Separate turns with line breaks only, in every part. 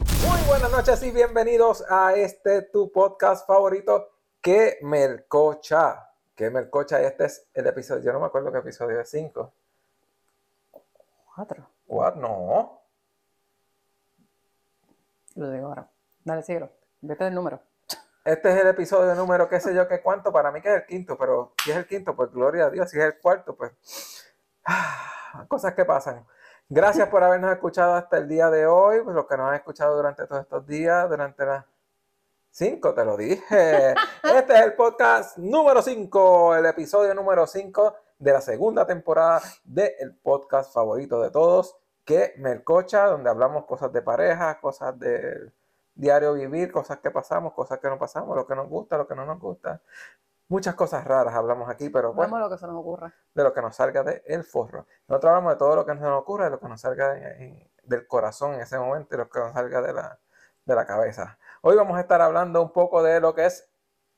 Muy buenas noches y bienvenidos a este tu podcast favorito, que Mercocha. Que Mercocha, este es el episodio, yo no me acuerdo qué episodio es 5.
Cuatro.
¿What? No.
Lo digo ahora. Dale, siglo. Vete del número.
Este es el episodio número qué sé yo qué cuánto, para mí que es el quinto, pero si es el quinto, pues gloria a Dios, si es el cuarto, pues ah, cosas que pasan. Gracias por habernos escuchado hasta el día de hoy, pues los que nos han escuchado durante todos estos días, durante las cinco, te lo dije. Este es el podcast número 5, el episodio número 5 de la segunda temporada del podcast favorito de todos, que Mercocha, donde hablamos cosas de pareja, cosas del diario vivir, cosas que pasamos, cosas que no pasamos, lo que nos gusta, lo que no nos gusta. Muchas cosas raras hablamos aquí, pero bueno,
Vamos a lo que se nos ocurra.
de lo que nos salga del forro. Nosotros hablamos de todo lo que nos ocurra, de lo que nos salga de- en- del corazón en ese momento y lo que nos salga de la, de la cabeza. Hoy vamos a estar hablando un poco de lo que es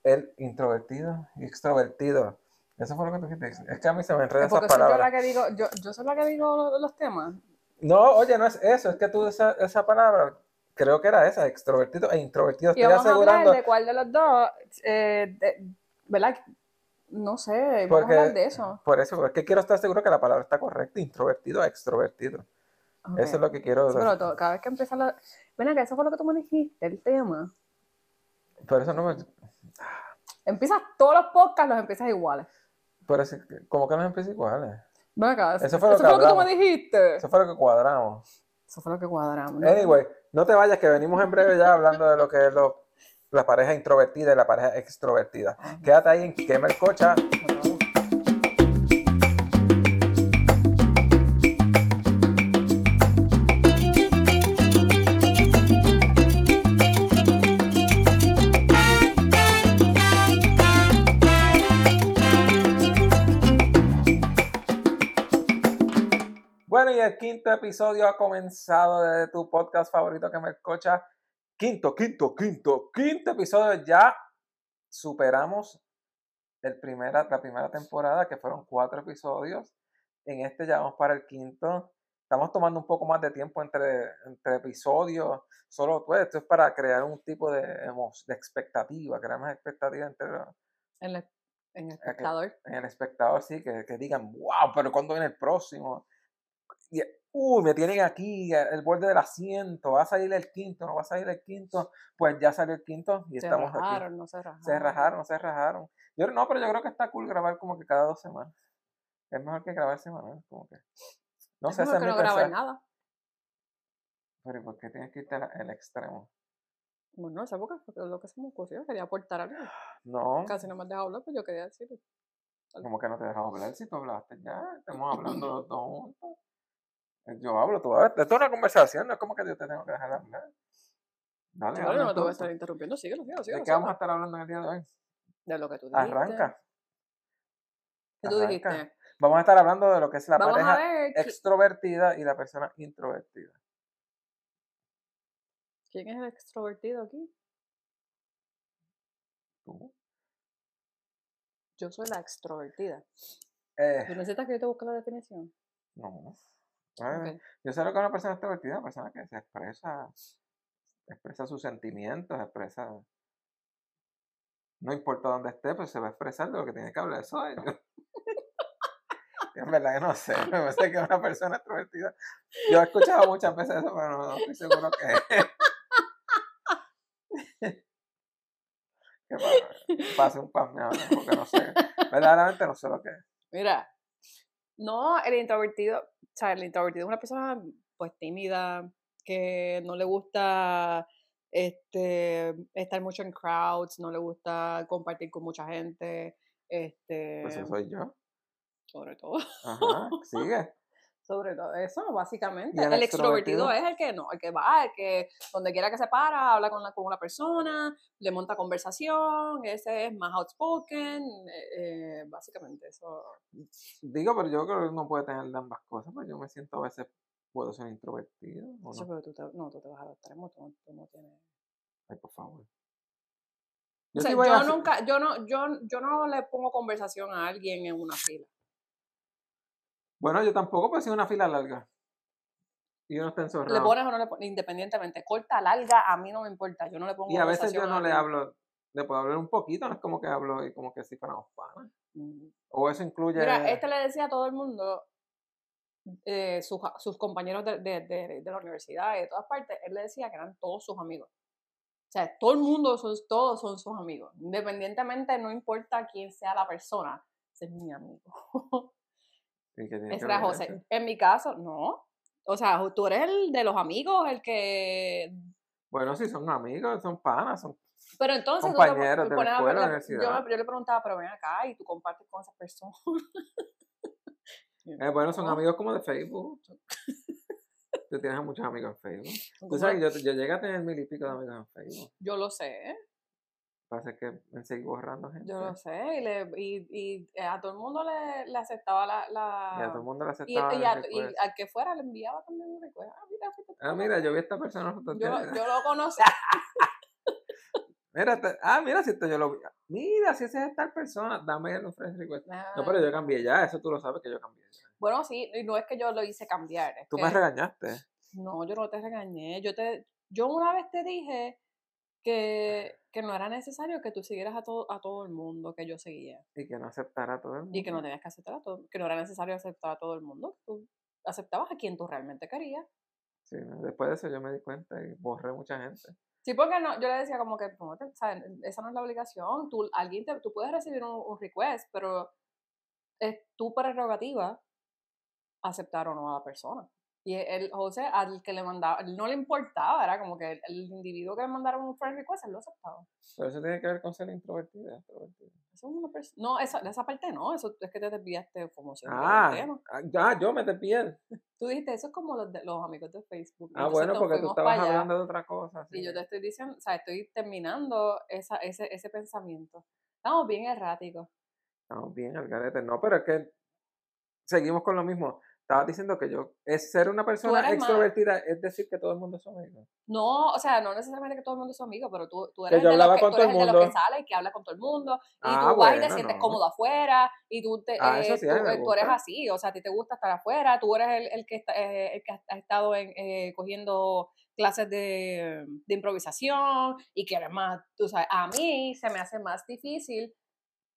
el introvertido y extrovertido. Eso fue lo que tú dijiste. Es que a mí se me enredan
Es
esas
porque soy yo
palabras.
la que digo, yo, yo soy la que digo lo- los, temas.
No, oye, no es eso. Es que tú esa, esa palabra, creo que era esa, extrovertido e introvertido.
Y
Estoy
vamos a hablar
asegurando.
de cuál de los dos, eh, de- ¿verdad? No sé, vamos
Porque-
a hablar de eso.
Por eso, porque quiero estar seguro que la palabra está correcta, introvertido a extrovertido.
Ok.
Eso es lo que quiero.
Sí, pero todo- cada vez que empieza la... Ven acá, eso fue lo que tú me dijiste, el tema.
Por eso no me,
Empiezas todos los podcasts, los empiezas iguales.
Pero es que- como que no empieza iguales.
Ven acá,
Eso fue lo que
tú
hablamos.
me dijiste.
Eso fue lo que cuadramos.
Eso fue lo que cuadramos. ¿no?
Anyway, no te vayas que venimos en breve ya hablando de lo que es lo- la pareja introvertida y la pareja extrovertida. Quédate ahí en Quema el Cocha. Bueno, y el quinto episodio ha comenzado de tu podcast favorito que me escucha. Quinto, quinto, quinto, quinto episodio. Ya superamos el primera, la primera temporada, que fueron cuatro episodios. En este ya vamos para el quinto. Estamos tomando un poco más de tiempo entre, entre episodios. Solo pues, esto es para crear un tipo de, emo- de expectativa, crear más expectativa entre los,
En el, en el espectador.
en el espectador, sí, que, que digan, wow, pero ¿cuándo viene el próximo? Y, uy, me tienen aquí, a- el borde del asiento, va a salir el quinto, no va a salir el quinto, pues ya salió el quinto y
Se
estamos
rajaron,
aquí.
no se rajaron.
Se rajaron, se rajaron. Yo no, pero yo creo que está cool grabar como que cada dos semanas. Es mejor que grabar semanal, como que. No
Es
sé, ese
mejor
es
que
mi
no grabar
pensar.
nada.
Pero ¿y ¿por qué tienes que irte al al extremo?
Bueno, esa boca fue lo que se me ocurrió. Quería aportar algo.
Ah. No,
Casi no me has dejado hablar, pero yo quería decir.
como que no te dejaba hablar si tú hablaste ya, estamos hablando los dos juntos. Eh, Yo hablo, tú hablas. Esto es una conversación, no es como que yo te tengo que dejar hablar. Dale,
Claro,
habla
no te voy a
tú.
estar interrumpiendo. Síguelo, síguelo,
¿De
síguelo.
qué vamos a estar hablando en el día de hoy?
De lo que tú dijiste.
Arranca.
¿Qué tú
arranca.
dijiste?
Vamos a estar hablando de lo que es la
Vamos a
pareja
ver qui-
extrovertida y la persona introvertida.
quién es el extrovertido aquí.
Tú.
Yo soy la extrovertida. ¿Tú
Eh,
necesitas que yo te busque la definición?
no. Ah,
Ok.
Yo sé lo que es una persona extrovertida, una persona que se expresa, expresa sus sentimientos, expresa. No importa dónde esté, pues se va a expresar de lo que tiene que hablar. Eso es. En verdad que no sé, no sé que es una persona extrovertida. Yo he escuchado muchas veces eso, pero no, no estoy seguro que es. Que pa- pase un pan, me habla, porque no sé. Verdaderamente no sé lo que es.
Mira, no, el introvertido, o sea, el introvertido es una persona pues tímida, que no le gusta este, estar mucho en crowds, no le gusta compartir con mucha gente, este,
Pues eso soy yo.
sobre todo,
Ajá, sigue.
sobre todo eso, básicamente.
¿Y el
el, extrovertido
extrovertido?
es el que no, el que va, el que donde quiera que se para, habla con, la, con una persona, le monta conversación, ese es más outspoken, eh, eh, básicamente eso.
Digo, pero yo creo que uno puede tener de ambas cosas, pero yo me siento a veces, puedo ser introvertido o
Sí,
no.
pero tú te, no, tú te vas al extremo, tú, no- tú no tienes.
Ay, por favor.
Yo, o sea,
sí voy a
yo
hacer-
nunca, yo no, yo, yo no le pongo conversación a alguien en una fila.
pues Bueno, yo tampoco, pero si una fila larga. y uno está
¿Le
enzorrado.
pones o no le pones? Independientemente. Corta, larga, a mí no me importa. Yo no le pongo
Y a veces yo
conversación
no le
nadie.
hablo, le puedo hablar un poquito, no es como que hablo y como que si fuéramos panas.
Mm.
O eso incluye.
Mira, este le decía a todo el mundo, eh, sus, a- sus compañeros de, de- de- de la universidad y de todas partes, él le decía que eran todos sus amigos. O sea, todo el mundo, son, todos son sus amigos. Independientemente, no importa quién sea la persona, ese es mi amigo.
Sí, que tiene
Ese
que
era
ver eso.
José. En mi caso, no. O sea, ju- tú eres el de los amigos, el que...
Bueno, si son amigos, son panas, son.
Pero entonces... tú te
Compañeros
pon-
de la
pones a-
escuela,
la-
universidad.
Yo, me- yo le preguntaba, pero ven acá y tú compartes con esas personas.
eh, bueno, son
No.
amigos como de Facebook. Tú tienes a muchos amigos en Facebook. Tú
Como-
sabes, yo, yo llegué a tener mil y pico de amigos en Facebook.
Yo lo sé,
Pasa que me seguí borrando gente.
yo lo sé. Y, le, y, y, eh, a todo el mundo le, le aceptaba la... la-
Y a todo el mundo le
y-
aceptaba.
y
el
a- y
recuerdo.
al que fuera le enviaba también un recuerdo. Ah, mira, fíjate,
Ah, mira, yo vi a esta persona. en
yo,
Santander.
lo- yo lo conocí.
Ah, Mira, te- ah, mira, si esto yo lo vi. Mira, si esa es tal persona, dame el friend request. No, pero yo cambié ya, eso tú lo sabes que yo cambié. ya.
Bueno, sí, y no es que yo lo hice cambiar. es
Tú
que-
me regañaste.
No, yo no te regañé. Yo te, yo una vez te dije que, que no era necesario que tú siguieras a todo, a todo el mundo que yo seguía.
Y que no aceptara a todo el mundo.
Y que no tenías que aceptar a todo, que no era necesario aceptar a todo el mundo. que Tú aceptabas a quien tú realmente querías.
Sí, no, después de eso yo me di cuenta y borré mucha gente.
Sí, porque no, yo le decía como que, "No te- ¿sabes? esa no es la obligación. Tú, alguien te- tú puedes recibir un, un request, pero es tu prerrogativa aceptar o no a la persona. Y e- el José, al que le mandaba, él no le importaba, era como que el, el individuo que le mandaron un friend request, él lo aceptaba.
Pero eso tiene que ver con ser introvertida. extrovertida.
Eso es una pers- No, esa, de esa parte no, eso es que te desviaste como siempre del
Ah,
tema.
ah, ya, yo me desvié.
Tú dijiste, eso es como los, de- los amigos de Facebook.
Ah,
Entonces,
bueno,
nos
porque tú
fuimos pa'
estabas
allá,
hablando de otra cosa. así
Y yo
que-
te estoy diciendo, o sea, estoy terminando esa, ese, ese pensamiento. Estamos bien erráticos.
Estamos bien, al garete. No, pero es que seguimos con lo mismo. Estabas diciendo que yo, es ser una persona
eres más-
extrovertida, es decir que todo el mundo es su amigo.
No, o sea, no necesariamente que todo el mundo es su amigo, pero tú, tú eres,
yo
el de,
hablaba
los que,
con
tú
todo
eres
el
el de los que
mundo.
sale y que habla con todo el mundo, y
Ah,
tú vas y te
bueno,
sientes
no.
cómodo afuera, y tú, te,
Ah, eso
eh,
sí,
tú,
a mí me
eh, tú eres
gusta.
así, o sea, a ti te gusta estar afuera, tú eres el, el que, está, eh, el que ha ha estado en, eh, cogiendo clases de, de improvisación y que además, tú sabes, a mí se me hace más difícil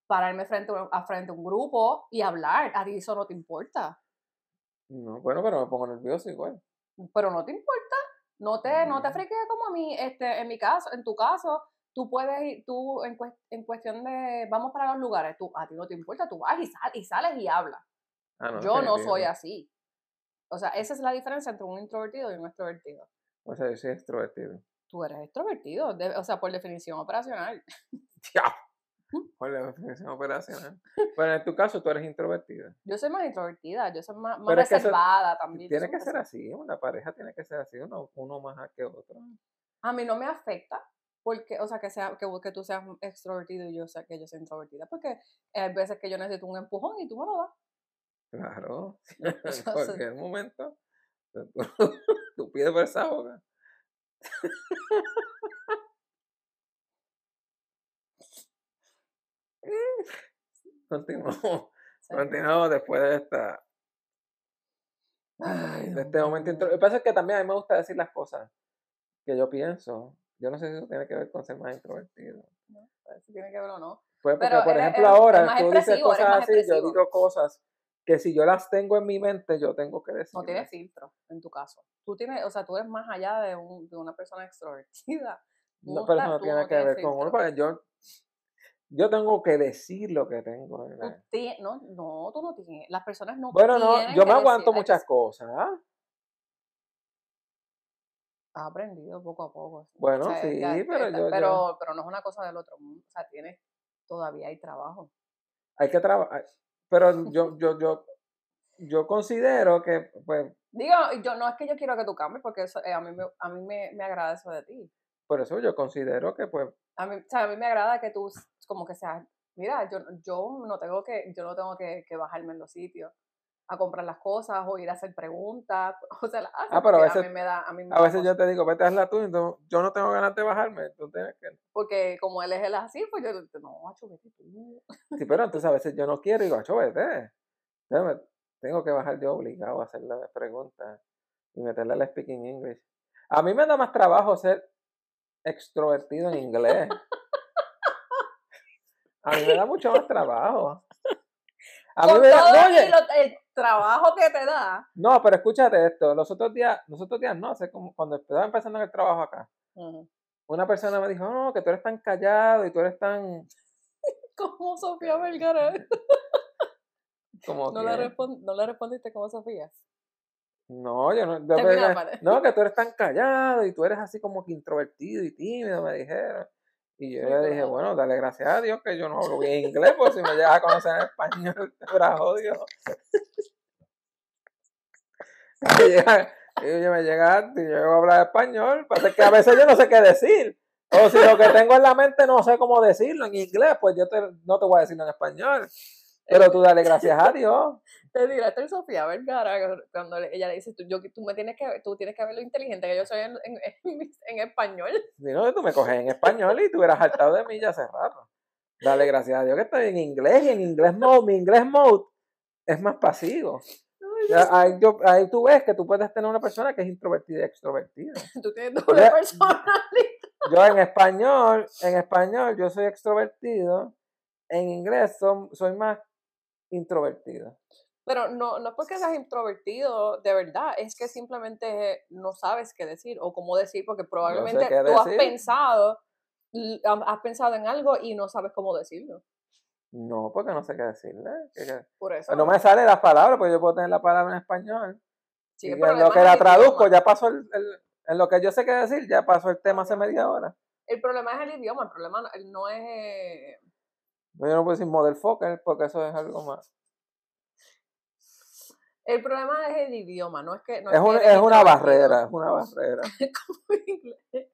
pararme frente a, un- a frente a un grupo y hablar, a ti eso no te importa,
No, bueno, pero me pongo nervioso igual.
pero no te importa, no te, no te
Mm.
friquees como a mí, este, en mi caso, en tu caso, tú puedes ir, tú en, cues- en cuestión de, vamos para los lugares, tú, a ti no te importa, tú vas y, sal- y sales y hablas,
Ah, no,
yo no soy
definitivo.
así, o sea, esa es la diferencia entre un introvertido y un extrovertido,
O sea, yo soy extrovertido.
tú eres extrovertido, de- o sea, por definición operacional,
Por la definición operacional. Bueno, en tu caso tú eres introvertida.
yo soy más introvertida, yo soy más, más
Pero es que eso
reservada también. yo
Tiene
soy
que
más
ser así, una pareja tiene que ser así, uno, uno más que otro.
a mí no me afecta porque, o sea, que sea que, que tú seas extrovertido y yo sea que yo sea introvertida, porque hay veces que yo necesito un empujón y tú me lo das.
Claro,
sí.
en cualquier momento tú, tú pides por esa boca. Continuamos,
Sí.
continuamos después de esta
Ay,
de
Dios
este momento.
mío.
intro- Lo que pasa es que también a mí me gusta decir las cosas que yo pienso. Yo no sé si eso tiene que ver con ser más introvertido.
Si tiene que ver o no.
Pues porque,
Pero
por
eres-
ejemplo,
eres-
ahora
eres más
tú dices
expresivo, eres
cosas
más
así, yo
expresivo.
digo cosas que si yo las tengo en mi mente, yo tengo que decir.
No tienes filtro en tu caso. Tú tienes, o sea, tú eres más allá de, un- de una persona extrovertida. Tú
No, pero
estás-
eso no
tú
tiene
no
que
tienes
ver con uno,
filtro.
porque yo, yo tengo que decir lo que tengo. en
Tú
la-
ti- no, no, tú no tienes. Las personas no
Bueno, no,
tienen
yo
que
me aguanto
decir- hay
muchas
que-
cosas. ¿ah?
Has aprendido poco a poco. sí.
Bueno,
O sea,
sí,
ya-
pero
está-
yo- yo-
pero, pero no es una cosa del otro mundo. O sea, tienes, todavía hay trabajo.
Hay que trabajar. Pero yo, yo, yo, yo considero que, pues,
Digo, yo no es que yo quiero que tú cambies, porque eso, eh, a mí, me, a mí me, me agrada eso de ti.
por eso yo considero que, pues,
A mí, o sea, a mí me agrada que tú s- como que seas, mira, yo, yo no tengo que, yo no tengo que, que bajarme en los sitios a comprar las cosas o ir a hacer preguntas. O sea, las haces,
Ah, pero a
porque
veces-
mí me da, a mí me
a
da
veces
cosa.
yo te digo, vete a la tú, entonces yo no tengo ganas de bajarme. Tú tienes que.
Porque como él es el así, pues yo, no, macho, vete tú.
Sí, pero entonces a veces yo no quiero y digo, "Acho, vete. Déjame- Tengo que bajar yo obligado a hacer la pregunta. y meterle el speaking English. A mí me da más trabajo ser extrovertido en inglés. A mí me da mucho más trabajo. A mí
Con
me da-
todo
no, oye,
y lo- el trabajo que te da.
no, pero escúchate esto. Los otros días, los otros días no, hace como cuando estaba empezando en el trabajo acá, una persona me dijo, no, que tú eres tan callado y tú eres tan
¿Cómo Sofía Vergara?
como
No, la
que-
respon- no le respondiste como Sofía.
No, yo no. yo
Termina
creo
la
que-
frase.
no, que tú eres tan callado y tú eres así como que introvertido y tímido, me dijeron. Y yo
Sí,
le dije,
claro.
bueno, dale gracias a Dios que yo no hablo bien inglés, porque si me llegas a conocer en español, te habrás jodido. Y llega- y yo me llegaste y yo a hablar español, pasa que a veces yo no sé qué decir. O si lo que tengo en la mente no sé cómo decirlo en inglés, pues yo te, no te voy a decirlo en español. Pero tú dale gracias a Dios.
Te dirá esto Sofía Vergara cuando le- ella le dice, tú, yo, tú, me tienes que, ver- tú tienes que ver lo inteligente que yo soy en, en- en mis- en español.
Si no, tú me coges en español y tú hubieras saltado de mí ya hace rato. Dale gracias a Dios que estoy en inglés y en inglés mode. Mi inglés mode es más pasivo. Ya, Ahí, yo- ahí tú ves que tú puedes tener una persona que es introvertida y extrovertida.
Tú tienes doble
Ya.
personalidad.
Yo en español, en español yo soy extrovertido. En inglés son- soy más introvertido.
Pero no, no es porque seas introvertido, de verdad, es que simplemente no sabes qué decir o cómo decir, porque probablemente
qué
tú has
decir.
pensado, l- has has pensado en algo y no sabes cómo decirlo.
No, porque no sé qué decirle. que- que-
Por eso.
No me salen las palabras, porque yo puedo tener la palabra en español.
Sí,
Y
el
en
problema
lo que
es
la
el
traduzco,
idioma.
ya pasó el, el- En lo que yo sé qué decir, ya pasó el tema hace
ya.
media hora.
El problema es el idioma, el problema no- el- no es... eh,
No, Yo no puedo decir motherfucker porque eso es algo más.
El problema es el idioma, no es que... No
Es, un-
que
es
eres
una
introvertido.
barrera, es una barrera.
Como inglés.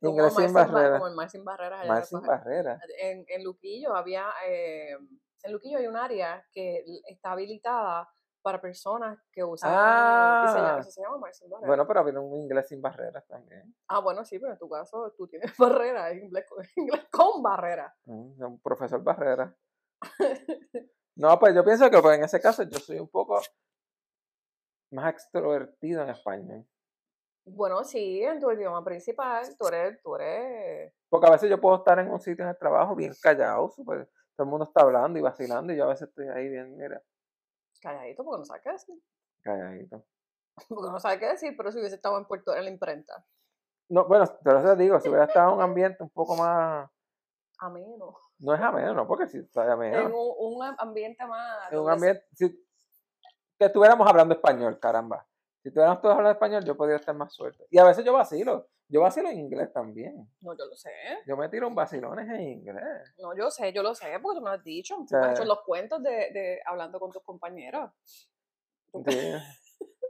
Como
Inglés sin
Mar Bar-
barrera.
Como el Mar sin barreras. allá en
Más
Los
sin
Ángeles.
barrera.
pues, en, en Luquillo había, eh, en Luquillo hay un área que l- está habilitada para personas que usan, y se llama,
Ah.
eso se llama Marcel Barrera.
Bueno, pero había un inglés sin barreras también.
Ah, bueno, sí, pero en tu caso tú tienes barrera, es inglés con, inglés con barrera.
Mm, Un profesor barrera. No, pues yo pienso que pues, en ese caso yo soy un poco más extrovertido en español.
Bueno, sí, en tu idioma principal, tú eres, tú eres,
Porque a veces yo puedo estar en un sitio en el trabajo bien callado, súper- todo el mundo está hablando y vacilando y yo a veces estoy ahí bien, mira,
calladito porque no sabes qué decir,
calladito.
porque no sabes qué decir, pero si hubiese estado en Puerto en la imprenta,
No, bueno, pero eso te digo, si hubiera estado en un ambiente un poco más.
a mí no,
No es ameno, porque si está
en
ameno.
un, un am- ambiente más,
En un
donde se-
ambiente. Si, que estuviéramos hablando español, caramba. Si estuviéramos todos hablando español, yo podría estar más suelto. Y a veces yo vacilo. Yo vacilo en inglés también.
no, yo lo sé,
Yo me tiro un vacilones en inglés.
No, yo sé, yo lo sé, porque tú me lo has dicho. Tú
sea,
me has hecho los cuentos de, de hablando con tus compañeros. Tú-
Sí.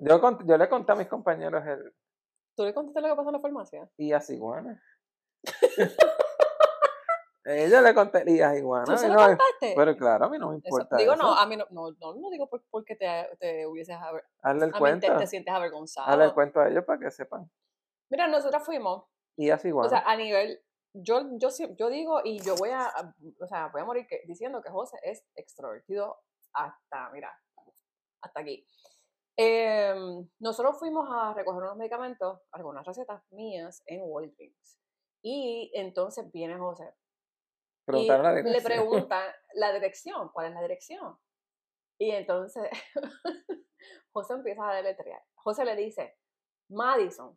Yo, cont- yo le conté a mis compañeros el.
¿Tú le contaste lo que pasó en la farmacia?
Y a Ciguana. Ella le conté y a
¿Tú
Iguana.
se
y
lo
no,
contaste?
pero claro, a mí no me
Eso-
importa.
digo,
eso.
no, a mí no, no, no, no digo por- porque te, te hubieses aver-
Hazle el
a mí te,
cuento.
te sientes
Hazle el
avergonzado.
cuento a ellos para que sepan.
Mira, nosotras fuimos,
Y así igual.
o sea, a nivel, yo, yo, sie- yo digo y yo voy a, a- o sea, voy a morir que- diciendo que José es extrovertido hasta, mira, hasta aquí. Em, nosotros fuimos a recoger unos medicamentos, algunas recetas mías en Walgreens. Y entonces viene José y
preguntaron la
le
dirección.
preguntan la dirección, ¿cuál es la dirección? Y entonces José empieza a deletrear. José le dice, Madison.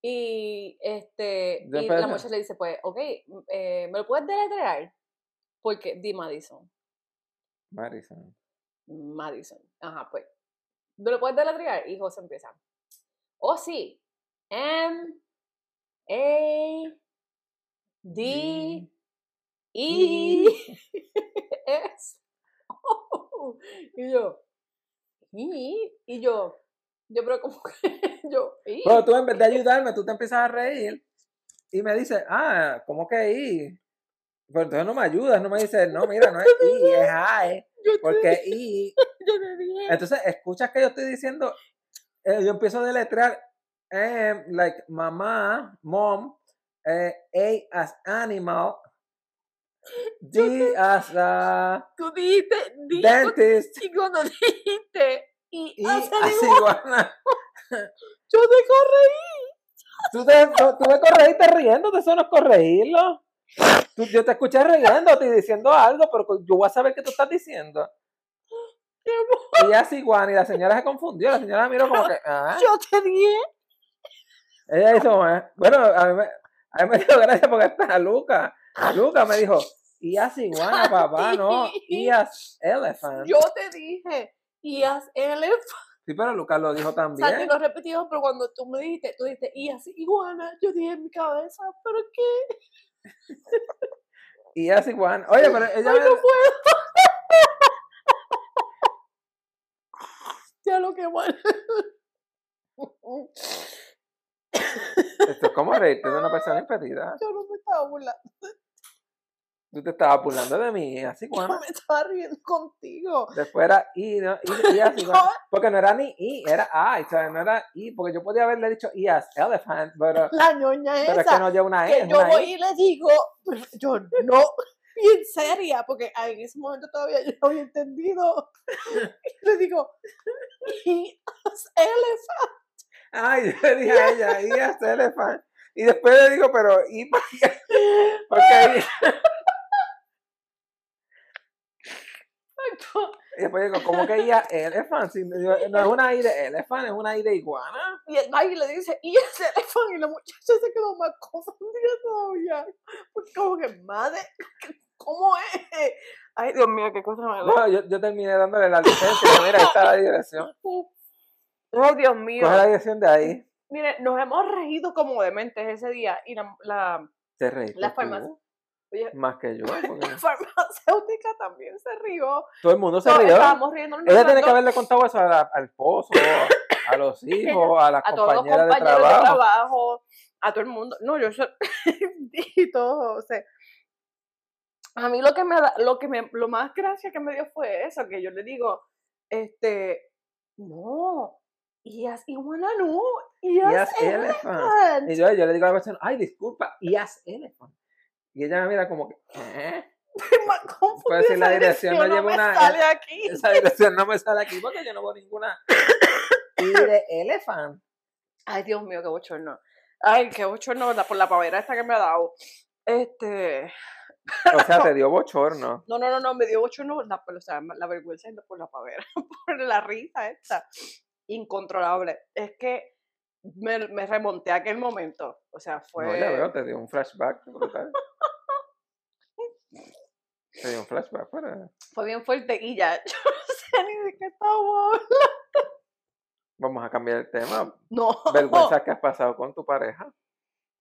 Y, este,
Ya
y la
espérate.
muchacha le dice, pues, ok, m- eh, ¿me lo puedes deletrear? Porque di Madison.
Madison.
Madison. Ajá, pues. ¿Me lo puedes deletrear? Y José empieza. Oh, sí. M, A, D, E, S. O. Y yo. Y, y yo. Yo, pero como que. Yo. E. y.
Pero tú en vez de ayudarme, tú te empiezas a reír y me dices, ah, ¿cómo que I? Pero entonces no me ayudas, no me dices, no, mira, no es I, es AE,
Yo te-
porque I.
yo te dije.
Entonces, escuchas que yo estoy diciendo, eh, yo empiezo a deletrear, em, like, mamá, mom, eh, A as animal, D as a
Tú dijiste. di-
dentist,
Y cuando dijiste. Y.
I
hace
as
dibujo,
iguana.
Yo te correí.
Tú, te, no, tú me corregiste riéndote, eso no es corregirlo. Tú- yo te escuché riéndote y diciendo algo, pero yo voy a saber qué tú estás diciendo.
Mi amor,
Y ella así, Juan, y la señora se confundió. La señora miró como que. "Ah".
Yo te dije.
Ella hizo, "Ah". bueno, a mí, me, a mí me dio gracia porque está Luca. Luca me dijo, y así, iguana, papá, no. Y as elephant.
Yo te dije. Y as elephant.
Sí, pero Lucas lo dijo
O sea, te
también.
lo repetimos, pero cuando tú me dijiste, tú dijiste, y así iguana, yo dije en mi cabeza, ¿pero qué?
Y así, Juan. Oye, pero ella.
Ay,
me-
no puedo. ya lo que bueno.
Esto es como reírte de una persona impedida.
Yo no me estaba burlando,
Tú te estabas burlando de mí, así,
yo
Juan.
me estaba riendo contigo.
Después era I, ¿no? I, I as
Yo-
iguana. Porque no era ni I, era I, o sea, no era I, porque yo podía haberle dicho I as elephant, pero,
la ñoña
pero es
esa,
que no lleva una E.
que
es
yo
una I.
voy y le digo, pero yo no, bien seria, porque ah, en ese momento todavía yo no había entendido. Y le digo, y as elephant.
Ay, yo le dije a ella, I as elephant. Y después le digo, pero I, ¿por qué? Porque I. Y después digo, ¿cómo que I as elephant? Si no no es una I de elephant, es una I de iguana.
Y el baile le dice, y el teléfono, y la muchacha se quedó más confundida todavía. Pues como que, madre, ¿qué- ¿cómo es? Ay, Dios mío, qué cosa me
Bueno, yo, yo terminé dándole la licencia, mira, ahí está la dirección.
Ay, Dios mío.
Coge la dirección de ahí.
Mire, nos hemos reído como dementes ese día y la, la,
Te reíste
La
tú,
farmacia- oye,
Más que yo, porque
la farmacéutica también se rió.
todo el mundo se
Todos
rió.
Estábamos riendo.
Ella tiene que haberle contado eso a la- al esposo, a los hijos, a las
a todos los
compañeras
compañeros
de
de
trabajo.
trabajo, a todo el mundo. No, yo so- y todo, o sea, a mí lo que me da- lo que me lo más gracia que me dio fue eso, que yo le digo, este, no, y as iguana no, y
Y
as
as elephant.
elephant".
Y yo, yo le digo a la persona, ay, disculpa, y as elephant. Y ella me mira como que, ¿eh?
Estoy más confundida,
decir la
esa
dirección, no lleva
me
una-
sale aquí.
Esa dirección no me sale aquí porque yo no veo ninguna. Y de elephant.
Ay, Dios mío, qué bochorno. Ay, qué bochorno, ¿verdad? Por la pavera esta que me ha dado. Este,
O sea, te dio bochorno.
No, no, no, no, me dio bochorno la, pues, o sea, la vergüenza y no por la pavera, por la risa esta. Incontrolable. Es que me, me remonté a aquel momento. O sea, fue.
No, ya veo, te dio un flashback. brutal. Te dio un flashback, pero
Fue bien fuerte y ya. Yo no sé ni de qué estaba. hablando.
vamos a cambiar el tema.
No.
Vergüenza que has pasado con tu pareja.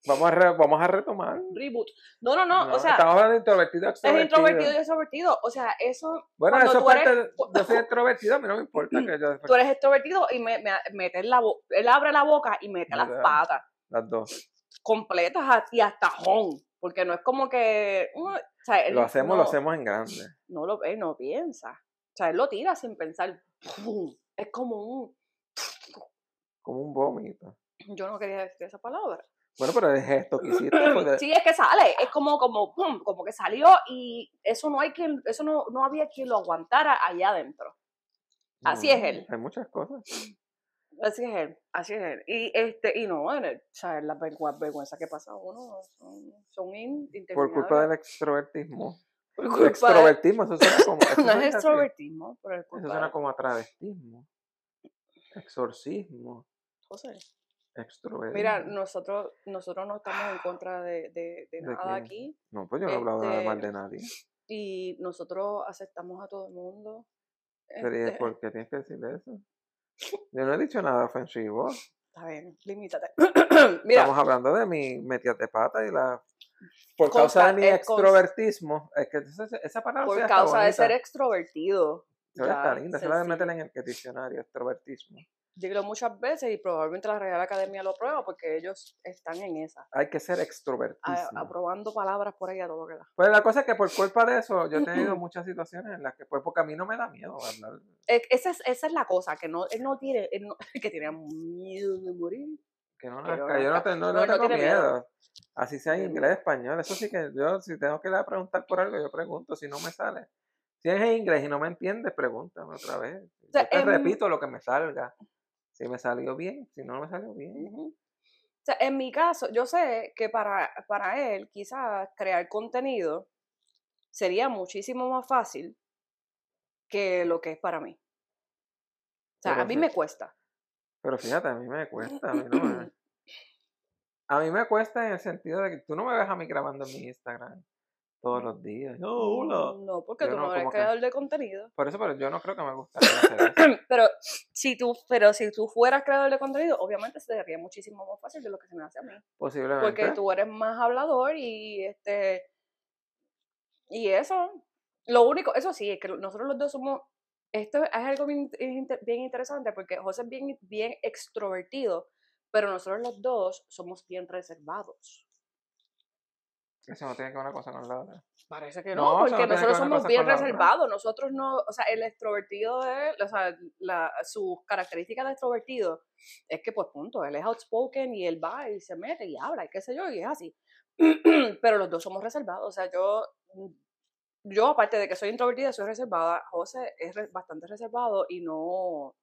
Vamos a, re- vamos a retomar.
Reboot. No, no, no. o sea,
estamos hablando de introvertido,
es
extrovertido.
introvertido y extrovertido. O sea, eso.
Bueno,
cuando
eso
tú eres- Mm,
parte. de- Yo soy extrovertido, a mí no me importa que yo.
Tú eres extrovertido y me, me metes la bo- Él abre la boca y mete las
¿Verdad?
patas
Las dos.
completas a- y hasta jón. Porque no es como que. uh, o sea, él
Lo hacemos, lo
no-
hacemos en grande.
no lo ve, no piensa. O sea, él lo tira sin pensar. ¡Pum! Es como un.
Como un vómito.
Yo no quería decir esa palabra.
Bueno, pero el gesto que hiciste. fue de-
Sí, es que sale. Es como, como, ¡pum! Como que salió y eso no hay quien, eso no, no había quien lo aguantara allá adentro. así es él.
Mm, Hay muchas cosas.
Así es él, así es él. Y este, y no, bueno, o sea, las vergüen- vergüenzas que pasa uno son, son in-
Por culpa del
interminables.
extrovertismo.
Por
El
culpa de-
extrovertismo, eso suena como. eso
no
suena
es
así,
extrovertismo, pero es
Eso
culpa
suena
de
como a travestismo. Exorcismo.
cosas.
Extrovertismo.
Mira, nosotros, nosotros no estamos en contra de, de, de
¿De
nada
qué?
aquí.
No, pues yo no he hablado nada
este,
mal de nadie.
y nosotros aceptamos a todo el mundo.
Pero ¿y
este,
¿por qué tienes que decir eso? Yo no he dicho nada ofensivo.
Está bien, limítate. Mira,
Estamos hablando de mi metidas de pata y la. Por
Consta-
causa de mi
eh, cons-
extrovertismo. Es que esa, esa palabra
por
sí está
causa de
bonita,
ser extrovertido.
se ve Está
ya,
linda, se la
sencillo.
meten en el diccionario, extrovertismo.
Yo lo muchas veces y probablemente la Real Academia lo aprueba porque ellos están en esa,
Hay que ser
a-
extrovertismo.
aprobando palabras por ahí a todo lo que da.
Pues la cosa es que por culpa de eso, yo he tenido muchas situaciones en las que, pues, porque a mí no me da miedo hablar.
E- Esa es, esa es la cosa, que no, él no tiene, él no- que tiene miedo de morir.
Que no,
Que yo
nazca, yo no,
nazca.
te- no-
No,
no
él no
tengo
tiene
miedo.
miedo.
Así sea en
tiene
inglés, español. Eso sí que yo, si tengo que ir a preguntar por algo, yo pregunto. Si no me sale. Si es en inglés y no me entiendes, pregúntame otra vez.
sea,
yo te
em,
repito lo que me salga. Si me salió bien, si no me salió bien.
Ujú. O sea, en mi caso, yo sé que para, para él quizás crear contenido sería muchísimo más fácil que lo que es para mí. O sea,
Pero
a mí
sí.
me cuesta.
Pero fíjate, a mí me cuesta. A mí, no me... a mí me cuesta en el sentido de que tú no me ves a mí grabando en mi Instagram todos los días. No, hola.
No, porque
Yo
tú
no,
no, eres
como que-
creador de contenido.
Por eso, pero yo no creo que me gustaría hacer eso.
Pero si tú, pero si tú fueras creador de contenido, obviamente sería muchísimo más fácil de lo que se me hace a mí.
Posiblemente.
Porque tú eres más hablador y este y eso. Lo único, eso sí, es que nosotros los dos somos. Esto es algo bien, in- inte- bien interesante porque José es bien, bien extrovertido, pero nosotros los dos somos bien reservados.
Eso no tiene que ver una cosa con la otra.
Parece que
No,
no,
eso no
porque
tiene que ver
nosotros
una
somos
cosa
bien
con la otra.
reservados. Nosotros no, o sea, el extrovertido de él, o sea, la- sus características de extrovertido es que, pues, punto, él es outspoken y él va y se mete y habla y qué sé yo, y es así. Pero los dos somos reservados, o sea, yo, yo aparte de que soy introvertida, soy reservada, José es re- bastante reservado y no,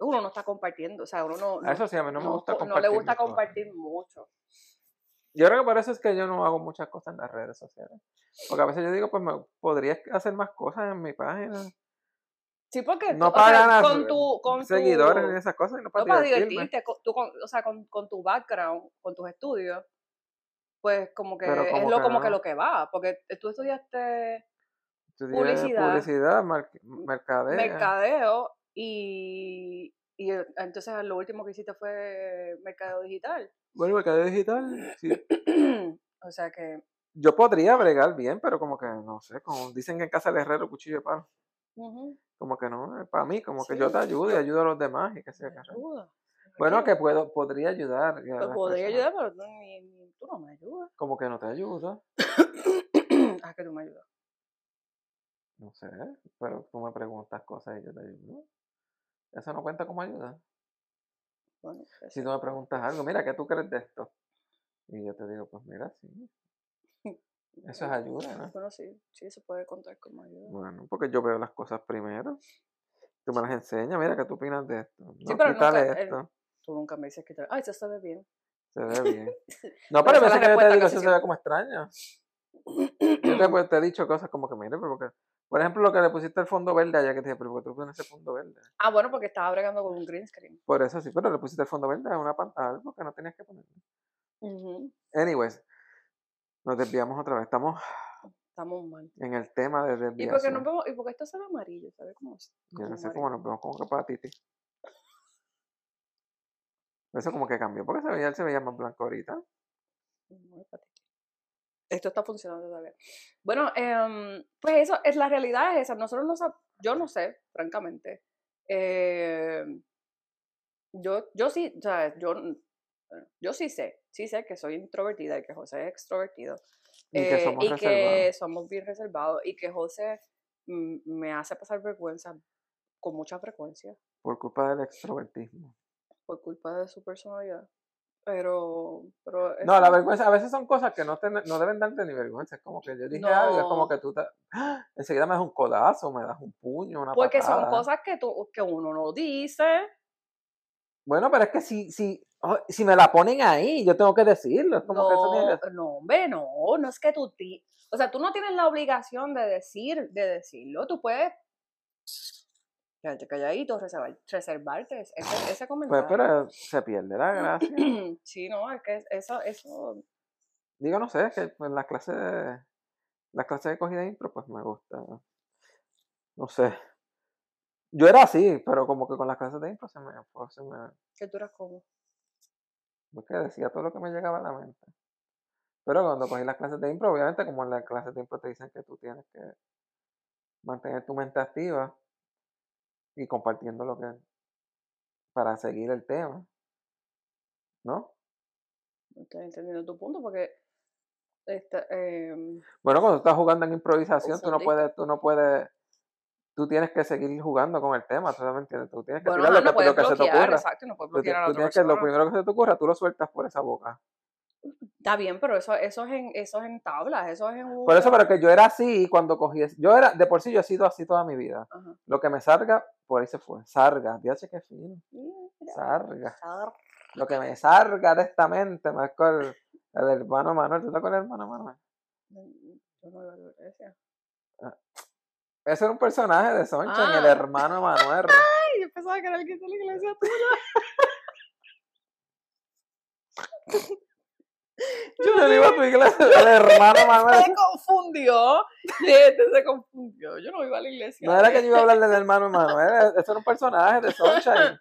uno no está compartiendo, o sea, uno no,
A eso sí, a mí no, me
no- pues,
gusta
no
compartir.
le gusta
mis cosas.
compartir mucho.
Yo creo que por eso es que yo no hago muchas cosas en las redes sociales. Porque a veces yo digo, pues me, podría hacer más cosas en mi página.
Sí, porque
No eh,
tú- o sea,
para nada,
con tu, con tu-
Seguidores y esas cosas y no para,
No, para
divertirme.
divertirte, co- tú con, o sea, con, con tu background, con tus estudios, pues como que
Pero
es
como
lo
que
como que
no.
lo que va, porque eh, tú estudiaste
Estudié
publicidad.
Publicidad, mar- mercadeo.
mercadeo y, y el- entonces lo último que hiciste fue mercadeo digital.
Bueno, mercadeo digital. sí.
o sea que,
Yo podría bregar bien, pero como que no sé, como dicen que en casa del herrero cuchillo de palo.
ujú,
Como que no, para mí, como que yo
Sí,
te ayudo y
yo-
ayudo a los demás y qué sé yo. qué rayo.
ayuda.
Bueno,
ayuda.
que puedo, podría ayudar. y a
Te
las
podría
personas.
ayudar, pero tú, ni- ni- tú no me ayudas.
Como que no te ayuda.
ah, que tú me ayudas.
No sé, pero tú me preguntas cosas y yo te ayudo. Eso no cuenta como ayuda.
Bueno, pues,
Si tú me preguntas algo, mira, ¿qué tú crees de esto? Y yo te digo, pues mira, sí. Eso es ayuda, ¿no?
Bueno, sí, sí, se puede contar como ayuda.
Bueno, porque yo veo las cosas primero. Tú me las enseñas, mira, ¿qué tú opinas de esto? No, quítale
pero nunca eh, el-
esto.
Tú nunca me dices que te... Ay, se sabe bien.
Se ve bien. No,
Pero
pero a
esa
veces que yo
es la
te
respuesta
digo,
casi
eso se ve como extraño. Yo te, pues, te he dicho cosas como que, mire, pero porque... Por ejemplo, lo que le pusiste el fondo verde allá, que te dije, pero ¿por qué tú pones ese fondo verde?
Ah, bueno, porque estaba bregando con un green screen.
Por eso sí, pero le pusiste el fondo verde a una pantalla, algo que no tenías que poner.
Ujú,
Anyways, nos desviamos otra vez. Estamos
Estamos mal.
en el tema de
¿Y por qué
desviación.
no vemos? ¿Y por qué esto se ve amarillo? ¿Sabes cómo es?
Yo no
como
sé
amarillo?
cómo nos vemos como que para Titi. Eso como que cambió, porque se veía, él se veía más blanco ahorita.
Muy patito. Esto está funcionando todavía. Bueno, em, pues eso, es la realidad es esa. Nosotros no sab- yo no sé, francamente. Em, yo, yo sí, o sea, yo, n- bueno, yo sí sé, sí sé que soy introvertida y que José es extrovertido.
Y que
eh,
somos
y que
reservados.
somos bien reservados y que José mm, me hace pasar vergüenza con mucha frecuencia
Por culpa del extrovertismo.
por culpa de su personalidad. Pero, pero
No, la
eso-
vergüenza, a veces son cosas que no, te, no deben darte ni vergüenza. Es como que yo dije algo, es como
No.
que tú te, ¡Ah! enseguida me das un codazo, me das un puño, una
Porque
patada.
son cosas Pues, que, tú, que uno no dice.
Bueno, pero es que si, si, oh, si me la ponen ahí, yo tengo que decirlo. Es como que eso tiene
No,
que-
no, hombre, no, no es que tú, ti- o sea, tú no tienes la obligación de decir, de decirlo, tú puedes quedarte calladito, reservar- reservarte ese, ese- ese
Pues,
comentario.
pero se pierde la gracia.
sí, no, es que eso, eso,
Digo, no sé, es que pues, la clase de, la clase de cogida de impro, pues me gusta. No sé. Yo era así, pero como que con las clases de impro se me, pues, se me
que tú eras como,
porque decía todo lo que me llegaba a la mente. Pero cuando cogí las clases de impro, obviamente como en las clases de impro te dicen que tú tienes que mantener tu mente activa y compartiendo lo que para seguir el tema. ¿No?
no estoy entendiendo tu punto, porque, esta, em,
Bueno, cuando estás jugando en improvisación, tú no
Confundiste.
puedes, tú no puedes, tú tienes que seguir jugando con el tema, tú me entiendes, tú tienes que
bueno,
tirar
ajá,
lo
no
que,
puedes
lo que se te
bloquear,
ocurra.
exacto, no puedes
Tú, ti-
bloquear a la
tú
otra
tienes que, lo
persona.
primero que se te ocurra, tú lo sueltas por esa boca.
Está bien, pero eso, eso, es en, eso es en tablas, eso es en un...
Por eso, pero que yo era así cuando cogí. es- Yo era, de por sí, yo he sido así toda mi vida.
Ajá.
Lo que me salga, por ahí se fue. Sarga, dios que fino.
Mira,
Sarga.
sar-
Lo que me salga de esta mente, me acuerdo. El hermano Manuel, ¿tú te acuerdas del hermano Manuel?
Yo no iba a la iglesia.
Ese era un personaje de Soncha, el
Ah.
hermano Manuel.
Ay, yo pensaba que era el que está en la iglesia tuya.
Yo no iba a tu iglesia, el hermano Manuel.
Se confundió. Este se confundió. Yo no iba a la iglesia.
No era que yo iba a hablarle del hermano Manuel, eso era un personaje de Sunshine.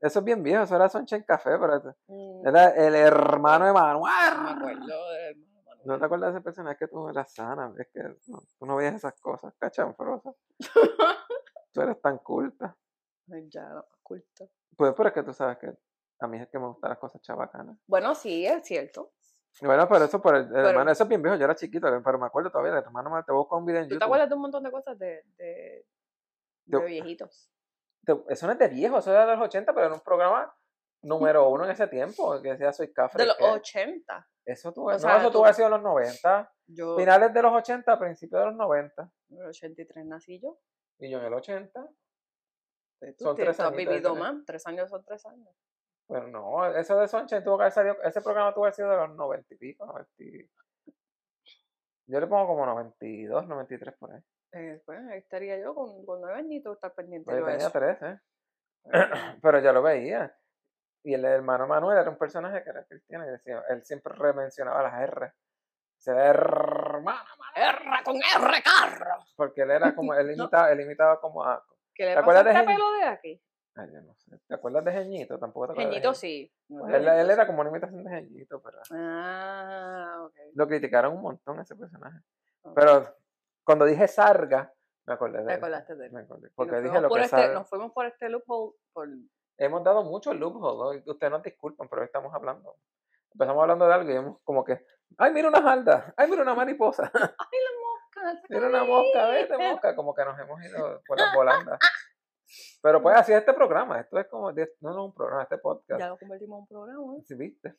Eso es bien viejo, eso era Sunshine Café, pero este-
Mm,
era el hermano de
No me
Manuel.
acuerdo del hermano
¿No te acuerdas de ese personaje que tú eras sana? Es que no, tú no veías esas cosas, cachanfrosa. Tú eres tan culta.
Manuel. Ya, no, oculto.
Pues, pero es que tú sabes que a mí es que me gustan las cosas chabacanas.
Bueno, sí, es cierto.
Bueno, pero eso por el, el
Pero-
hermano, eso es bien viejo, yo era chiquito, pero me acuerdo todavía, el hermano Manuel, te busco un video en
¿Tú
YouTube.
te acuerdas de un montón de cosas de, de,
pues. Yo-
de viejitos?
Te- Eso no es de viejo, eso era de los 80, pero era un programa número uno en ese tiempo, que decía Soy Café.
De los 80.
Eso tú,
O
no,
sea,
eso
tú-
tuvo sido en los 90,
Yo, en
finales de los 80, principios de los 90,
el 83 nací yo.
y yo en el 80.
Tú,
Son
te-
tres
tú has
añitos de
vivido
tener-
más. Tres años son tres años.
Pero no, eso de Sunshine tuvo que haber salido, ese programa tuvo que haber sido de los 90 y pico, 90. y- Yo le pongo como 92, 93 por ahí.
Eh, pues ahí estaría yo con, con nueve añitos estar pendiente
Yo
de
tenía
eso.
13,
Ah,
pero ya lo veía. Y el hermano Manuel era un personaje que era cristiano y decía, él siempre remencionaba las R. Se hermana,
R con R, carro.
porque él era como, él
No.
imitaba, él imitaba como a.
¿Qué le
¿Te
pasa
acuerdas
a
de
este
Gen-
pelo de aquí?
ay, yo no sé. ¿Te acuerdas de Geñito? Tampoco te acuerdas. de Geñito.
Geñito sí. no
Pues
era
Él,
Geñito,
él
sí.
era como una imitación de Geñito, pero
Ah, ok.
lo criticaron un montón a ese personaje.
ok.
Pero cuando dije Sarga, me acordé de
Te
él.
acordaste de él.
me acordé,
Y
Porque
nos
dije
fuimos
lo
por
que
este-
Sarga-
Nos fuimos por este loophole. Por...
Hemos dado mucho loophole. ¿no? Ustedes nos disculpan, pero hoy estamos hablando. Empezamos hablando de algo y hemos como que. ¡Ay, mira una jarda! ¡Ay, mira una mariposa!
¡Ay, la mosca!
¡Mira una mosca! ¡Vete, mosca! Como que nos hemos ido por las volandas. Pero pues así es este programa. Esto es como. de- No, no es un programa, este podcast.
Ya lo convertimos en un programa, ¿eh?
¿Sí ¿Viste?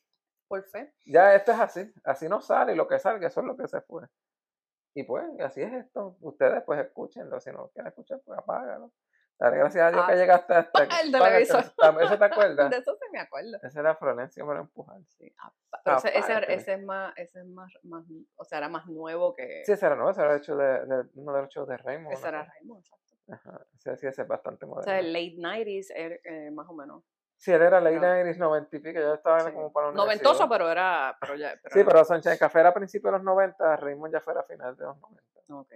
por fe.
ya esto es así, así no sale y lo que salga, eso es lo que se fue. Y pues, así es esto. Ustedes pues escúchenlo, si no lo quieren escuchar, pues apágalo. Dale gracias a Dios que
Ah,
llegaste hasta aquí.
el
Apágate,
televisor.
tam- ¿Eso te acuerdas?
De eso sí me acuerdo.
Esa era Florencia para empujar.
Sí. ah, pa- Pero ese, ese,
Aparte.
ese es más, ese es más, más, o sea, era más nuevo que...
Sí, esa era nueva, esa era el hecho de, de- uno de los shows de Raymond.
ese era Raymond, exacto.
Ajá. Sí, sí, ese es bastante
O
moderno.
sea, late 90s, er- eh, más o menos.
sí, él era Lady
Pero-
Iris 90 y pico, yo estaba
Sí.
como para la
Noventoso,
universidad.
pero era... Pero ya, pero
Sí,
era-
pero Sunshine Café era a principios de los 90, Raymond ya fuera a final de los 90.
Ok.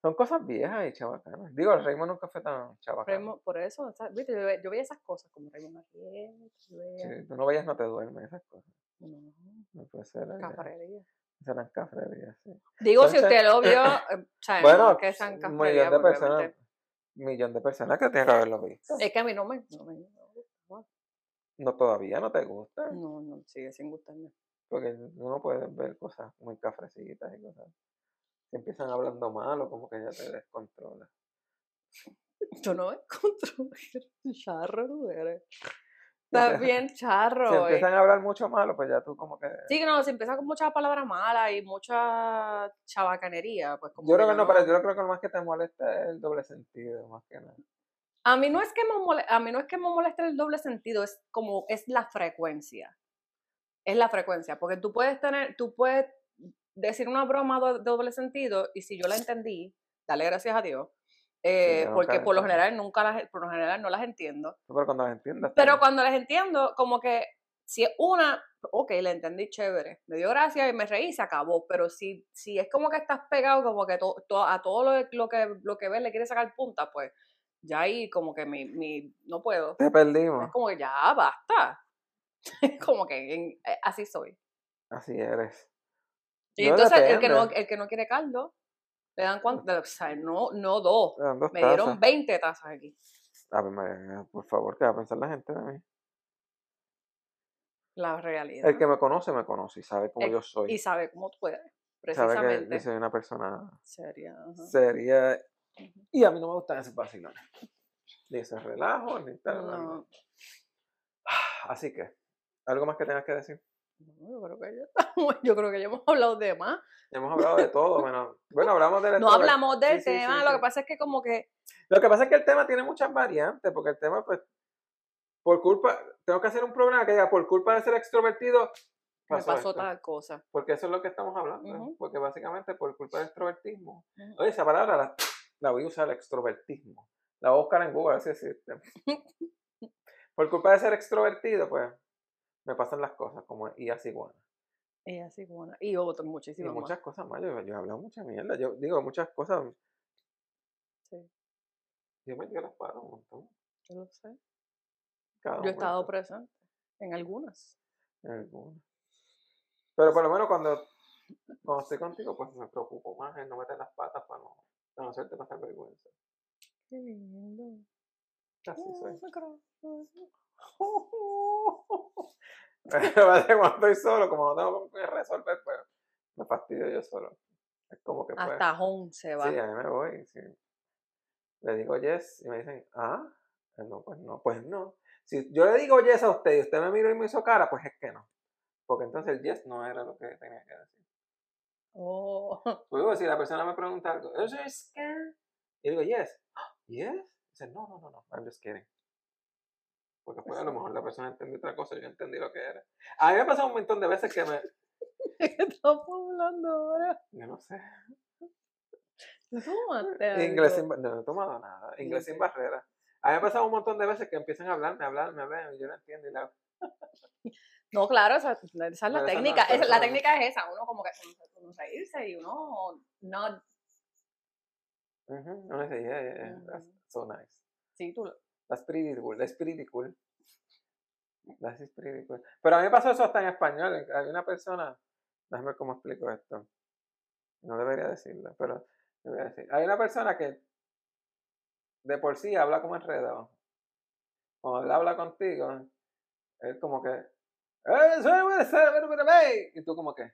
Son cosas viejas y chabacanas. Digo, el Raymond nunca fue tan chabacano.
Raymond, por eso, o sea, viste, yo, ve- yo veía esas cosas como Raymond Arrieta, yo veía-
Sí, tú no vayas, no te duermes, esas cosas.
no,
No puede ser. eh,
cafrería.
Serán cafrerías, sí.
Digo, si
Entonces-
usted lo vio, eh, o sea, no es
Bueno,
que sean
un
cafrería,
millón de
porque
personas. Pues,
obviamente-
Millón de personas que tienen que haberlo visto.
Es que a mí no me... No, me-
eh. No, todavía no te gusta.
no, no, sigue sin gustarme.
Porque uno puede ver cosas muy cafrecitas y cosas. Que empiezan hablando malo, como que ya te descontrola.
Yo no encuentro charro, tú eres.
Ya
Estás
te-
bien charro.
Si
eh.
empiezan a hablar mucho malo, pues ya tú como que.
Sí, no, si empieza con muchas palabras malas y mucha chabacanería, pues como
Yo creo que
yo
no, pero yo creo que lo más que te molesta es el doble sentido, más que nada.
A mí no es que me mole- a mí no es que me moleste el doble sentido, es como es la frecuencia. Es la frecuencia, porque tú puedes tener, tú puedes decir una broma do- de doble sentido y si yo la entendí, dale gracias a Dios, eh,
yo nunca
porque
la
por lo
entendí.
general nunca las, por lo general no las entiendo.
Pero cuando las entiendas.
Pero
también.
cuando las entiendo, como que si es una, ok, la entendí chévere, me dio gracia y me reí y se acabó. Pero si, si es como que estás pegado, como que to- to- a todo lo, lo que, lo que ves le quieres sacar punta, pues ya ahí como que mi, mi- no puedo.
Te
Es
perdimos.
como que ya basta. como que en- eh, así soy.
Así eres.
Y
No,
entonces el que, no,
depende.
el que no quiere caldo, le dan cuánto, o sea, no, no dos.
Dan dos
Me dieron
tazas.
20 tazas aquí.
A ver, María, por favor, ¿qué va a pensar la gente de mí?
La realidad.
El que me conoce, me conoce y sabe cómo
El-
yo soy.
Eh, Y sabe cómo tú eres.
sabe que
Precisamente.
yo soy una persona
Sería. ajá.
seria. Y a mí no me gustan esos vacilones. Ni esos relajos, ni tal. nada.
No.
Así que, ¿algo más que tengas que decir?
No, yo creo que ya estamos- yo creo que ya hemos hablado de más.
Ya hemos hablado de todo, menos. Bueno, hablamos del
No
extrovert-
hablamos del
sí, sí,
tema,
sí,
lo
sí.
que pasa es que como que
Lo que pasa es que el tema tiene muchas variantes, porque el tema, pues, por culpa, tengo que hacer un programa que diga, por culpa de ser extrovertido, pasó
me pasó
esto.
tal cosa.
Porque eso es lo que estamos hablando,
Ujú.
porque básicamente por culpa del extrovertismo.
Ujú.
Oye, esa palabra la, la voy a usar, extrovertismo. La voy a buscar en Google, así existe. Por culpa de ser extrovertido, pues, me pasan las cosas, como y así igual.
Y así, bueno, y otro
Y
muchísimo más.
muchas cosas más, yo, yo he hablado mucha mierda, yo digo muchas cosas.
Sí.
Yo me dio las palabras un montón.
Yo lo
Ah,
sé.
cada
Yo he estado
momento.
presente en algunas.
Alguna. Pero por lo menos cuando, cuando estoy contigo, pues me preocupo más en no meter las patas para no, para no hacerte pasar vergüenza.
Qué lindo.
Así soy.
No creo.
Pero a veces cuando estoy solo, como no tengo con qué resolver, pues me fastidio yo solo. Es como que pues,
Hasta 11 va.
Sí, a mí me voy. sí. Le digo yes y me dicen, ah, eh, no, pues no, pues no. Si yo le digo yes a usted y usted me miró y me hizo cara, pues es que no. Porque entonces el yes no era lo que tenía que decir.
Oh,
Luego, si la persona me pregunta algo, ¿eso es que? Y digo, yes. "Ah, ¿Yes? Dice, no, no, no, no, I'm just kidding. Porque pues, a lo mejor la persona entendió otra cosa, yo entendí lo que era. A mí me ha pasado un montón de veces que me.
¿de qué estamos hablando ahora?
Yo no sé.
Tú tómate algo.
Inglés sin. ba- No, no he tomado nada. Inglés sin
Ok.
barrera. A mí me ha pasado un montón de veces que empiezan a hablarme, a hablarme, a hablarme, y yo no entiendo. Y la...
No, claro, esa, la- esa es
Pero esa
la
no-
técnica.
pero
esa-
esa
la
no-
técnica es esa, uno como que uno reírse y uno no.
Ujú, uno dice, yeah, yeah, yeah, that's
Ujú.
so nice.
Sí, tú lo-
That's pretty cool. That's pretty cool. That's is pretty cool. Pero a mí me pasó eso hasta en español. en- Había una persona, déjame ver cómo explico esto. No debería decirlo, pero debería decir. Hay una persona que de por sí habla como enredado. Cuando él habla contigo, él como que. "Eh, suena, suena, suena, suena, ve". Y tú como que.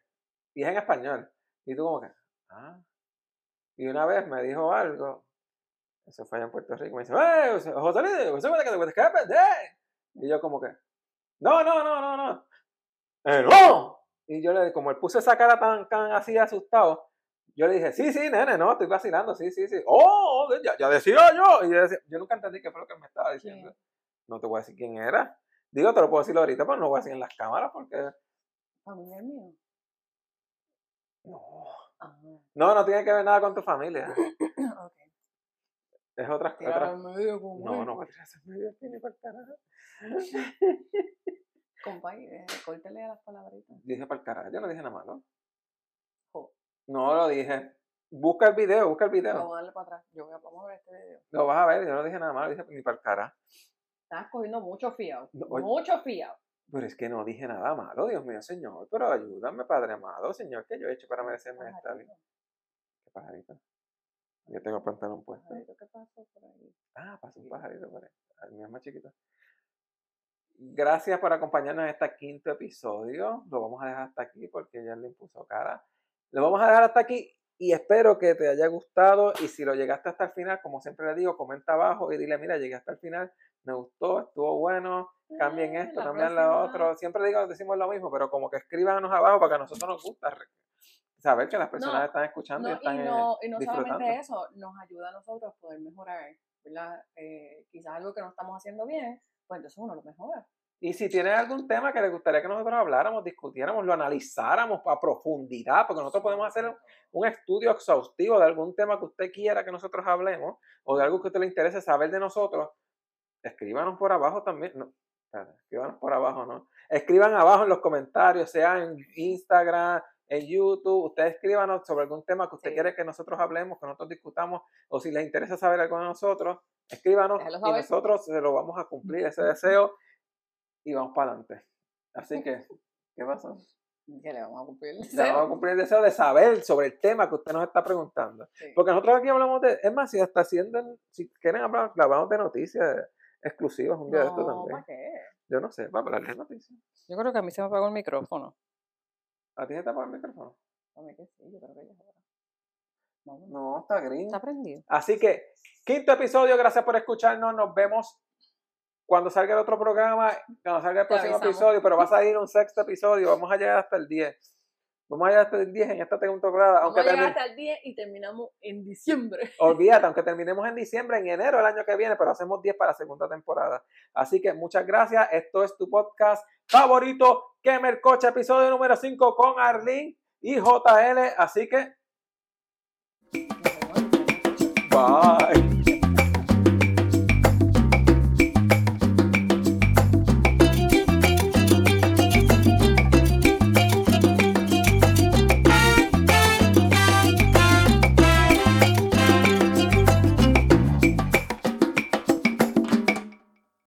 Y es en español. Y tú como que. Ah. Y una vez me dijo algo eso fue allá en Puerto Rico. Me dice, ¡Eh, José José Luis! José Luis, que te- que te escapes, eh". Y yo como que, ¡No, no, no, no, no! "Eh, ¡No! Y yo le, como él puso esa cara tan, tan así asustado, yo le dije, sí, sí, nene, no, estoy vacilando, sí, sí, sí. ¡Oh! oh, Ya, ya decía yo. Y yo, decía- yo nunca entendí qué fue lo que me estaba diciendo. No te voy a decir quién era. Digo, te lo puedo decir ahorita, pero no lo voy a decir en las cámaras porque...
familiar mío.
No,
Ah,
no, no tiene que ver nada con tu familia.
ok.
Es otra...
Tirar
otra
al medio con
no, no, Patricia, se me dio aquí ni para
Compañero, córtale a las palabritas.
Dije para el carajo, yo no dije nada malo.
Jo.
No lo dije. Busca el video, busca el video.
Vamos a darle para atrás. Yo voy a, vamos a ver este video.
Lo vas a ver, yo no dije nada malo, dije ni para el carajo.
Estás cogiendo mucho fiado.
No, oye.
mucho fiado.
Pero es que no dije nada malo, Dios mío, Señor. Pero ayúdame, Padre amado, Señor, ¿qué yo he hecho para merecerme esta vida?
Pajarito,
¿Qué pajarito? Yo tengo el pantalón puesto.
pajarito, ¿Qué pasó por ahí?
Ah, pasó un pajarito por ahí. El mío es más chiquito. Gracias por acompañarnos en este quinto episodio. Lo vamos a dejar hasta aquí porque ya le impuso cara. Lo vamos a dejar hasta aquí y espero que te haya gustado. Y si lo llegaste hasta el final, como siempre le digo, comenta abajo y dile, mira, llegué hasta el final, me gustó, estuvo bueno, cambien
Eh,
esto,
la
cambien lo
próxima.
otro. Siempre digo, decimos lo mismo, pero como que escríbanos abajo para que a nosotros nos gusta re- saber que las personas
No,
están escuchando y
No,
están
y
eh,
no, y no
disfrutando.
solamente eso, nos ayuda a nosotros a poder mejorar, ¿verdad? Eh, quizás algo que no estamos haciendo bien, pues entonces uno lo mejora.
Y si tienes algún tema que le gustaría que nosotros habláramos, discutiéramos, lo analizáramos a profundidad, porque nosotros podemos hacer un- un estudio exhaustivo de algún tema que usted quiera que nosotros hablemos o de algo que a usted le interese saber de nosotros, escríbanos por abajo también. No, espérate, escríbanos por abajo, ¿no? Escriban abajo en los comentarios, sea en Instagram, en YouTube. Ustedes escríbanos sobre algún tema que usted
Sí.
quiere que nosotros hablemos, que nosotros discutamos, o si les interesa saber algo de nosotros, escríbanos
Déjalo
y
saber.
nosotros se lo vamos a cumplir ese deseo y vamos para adelante. Así que, ¿qué pasó?
Que le vamos a cumplir. el
Le vamos a
deseo.
cumplir el deseo de saber sobre el tema que usted nos está preguntando.
Sí.
Porque nosotros aquí hablamos de. Es más, si hasta haciendo. Si quieren hablar, hablamos de noticias exclusivas un día de esto
No, pues.
también.
¿para qué?
Yo no sé, para hablar de noticias.
Yo creo que a mí se me apagó el micrófono.
¿A ti se te apaga el micrófono?
A mí que sí, yo creo que ya es hora. Vamos.
No, está green.
Está prendido.
Así que, quinto episodio, gracias por escucharnos. Nos vemos Cuando salga el otro programa, cuando salga el
Te
próximo
avisamos.
episodio, pero va a salir un sexto episodio, vamos a llegar hasta el 10. Vamos a llegar hasta el 10 en esta segunda temporada,
Vamos
aunque
a llegar
termi-
hasta el 10 y terminamos en diciembre.
Olvídate, aunque terminemos en diciembre, en enero el año que viene, pero hacemos 10 para la segunda temporada. Así que muchas gracias. Esto es tu podcast favorito, Kemer Coche, episodio número 5 con Arlene y JL. Así que, bye.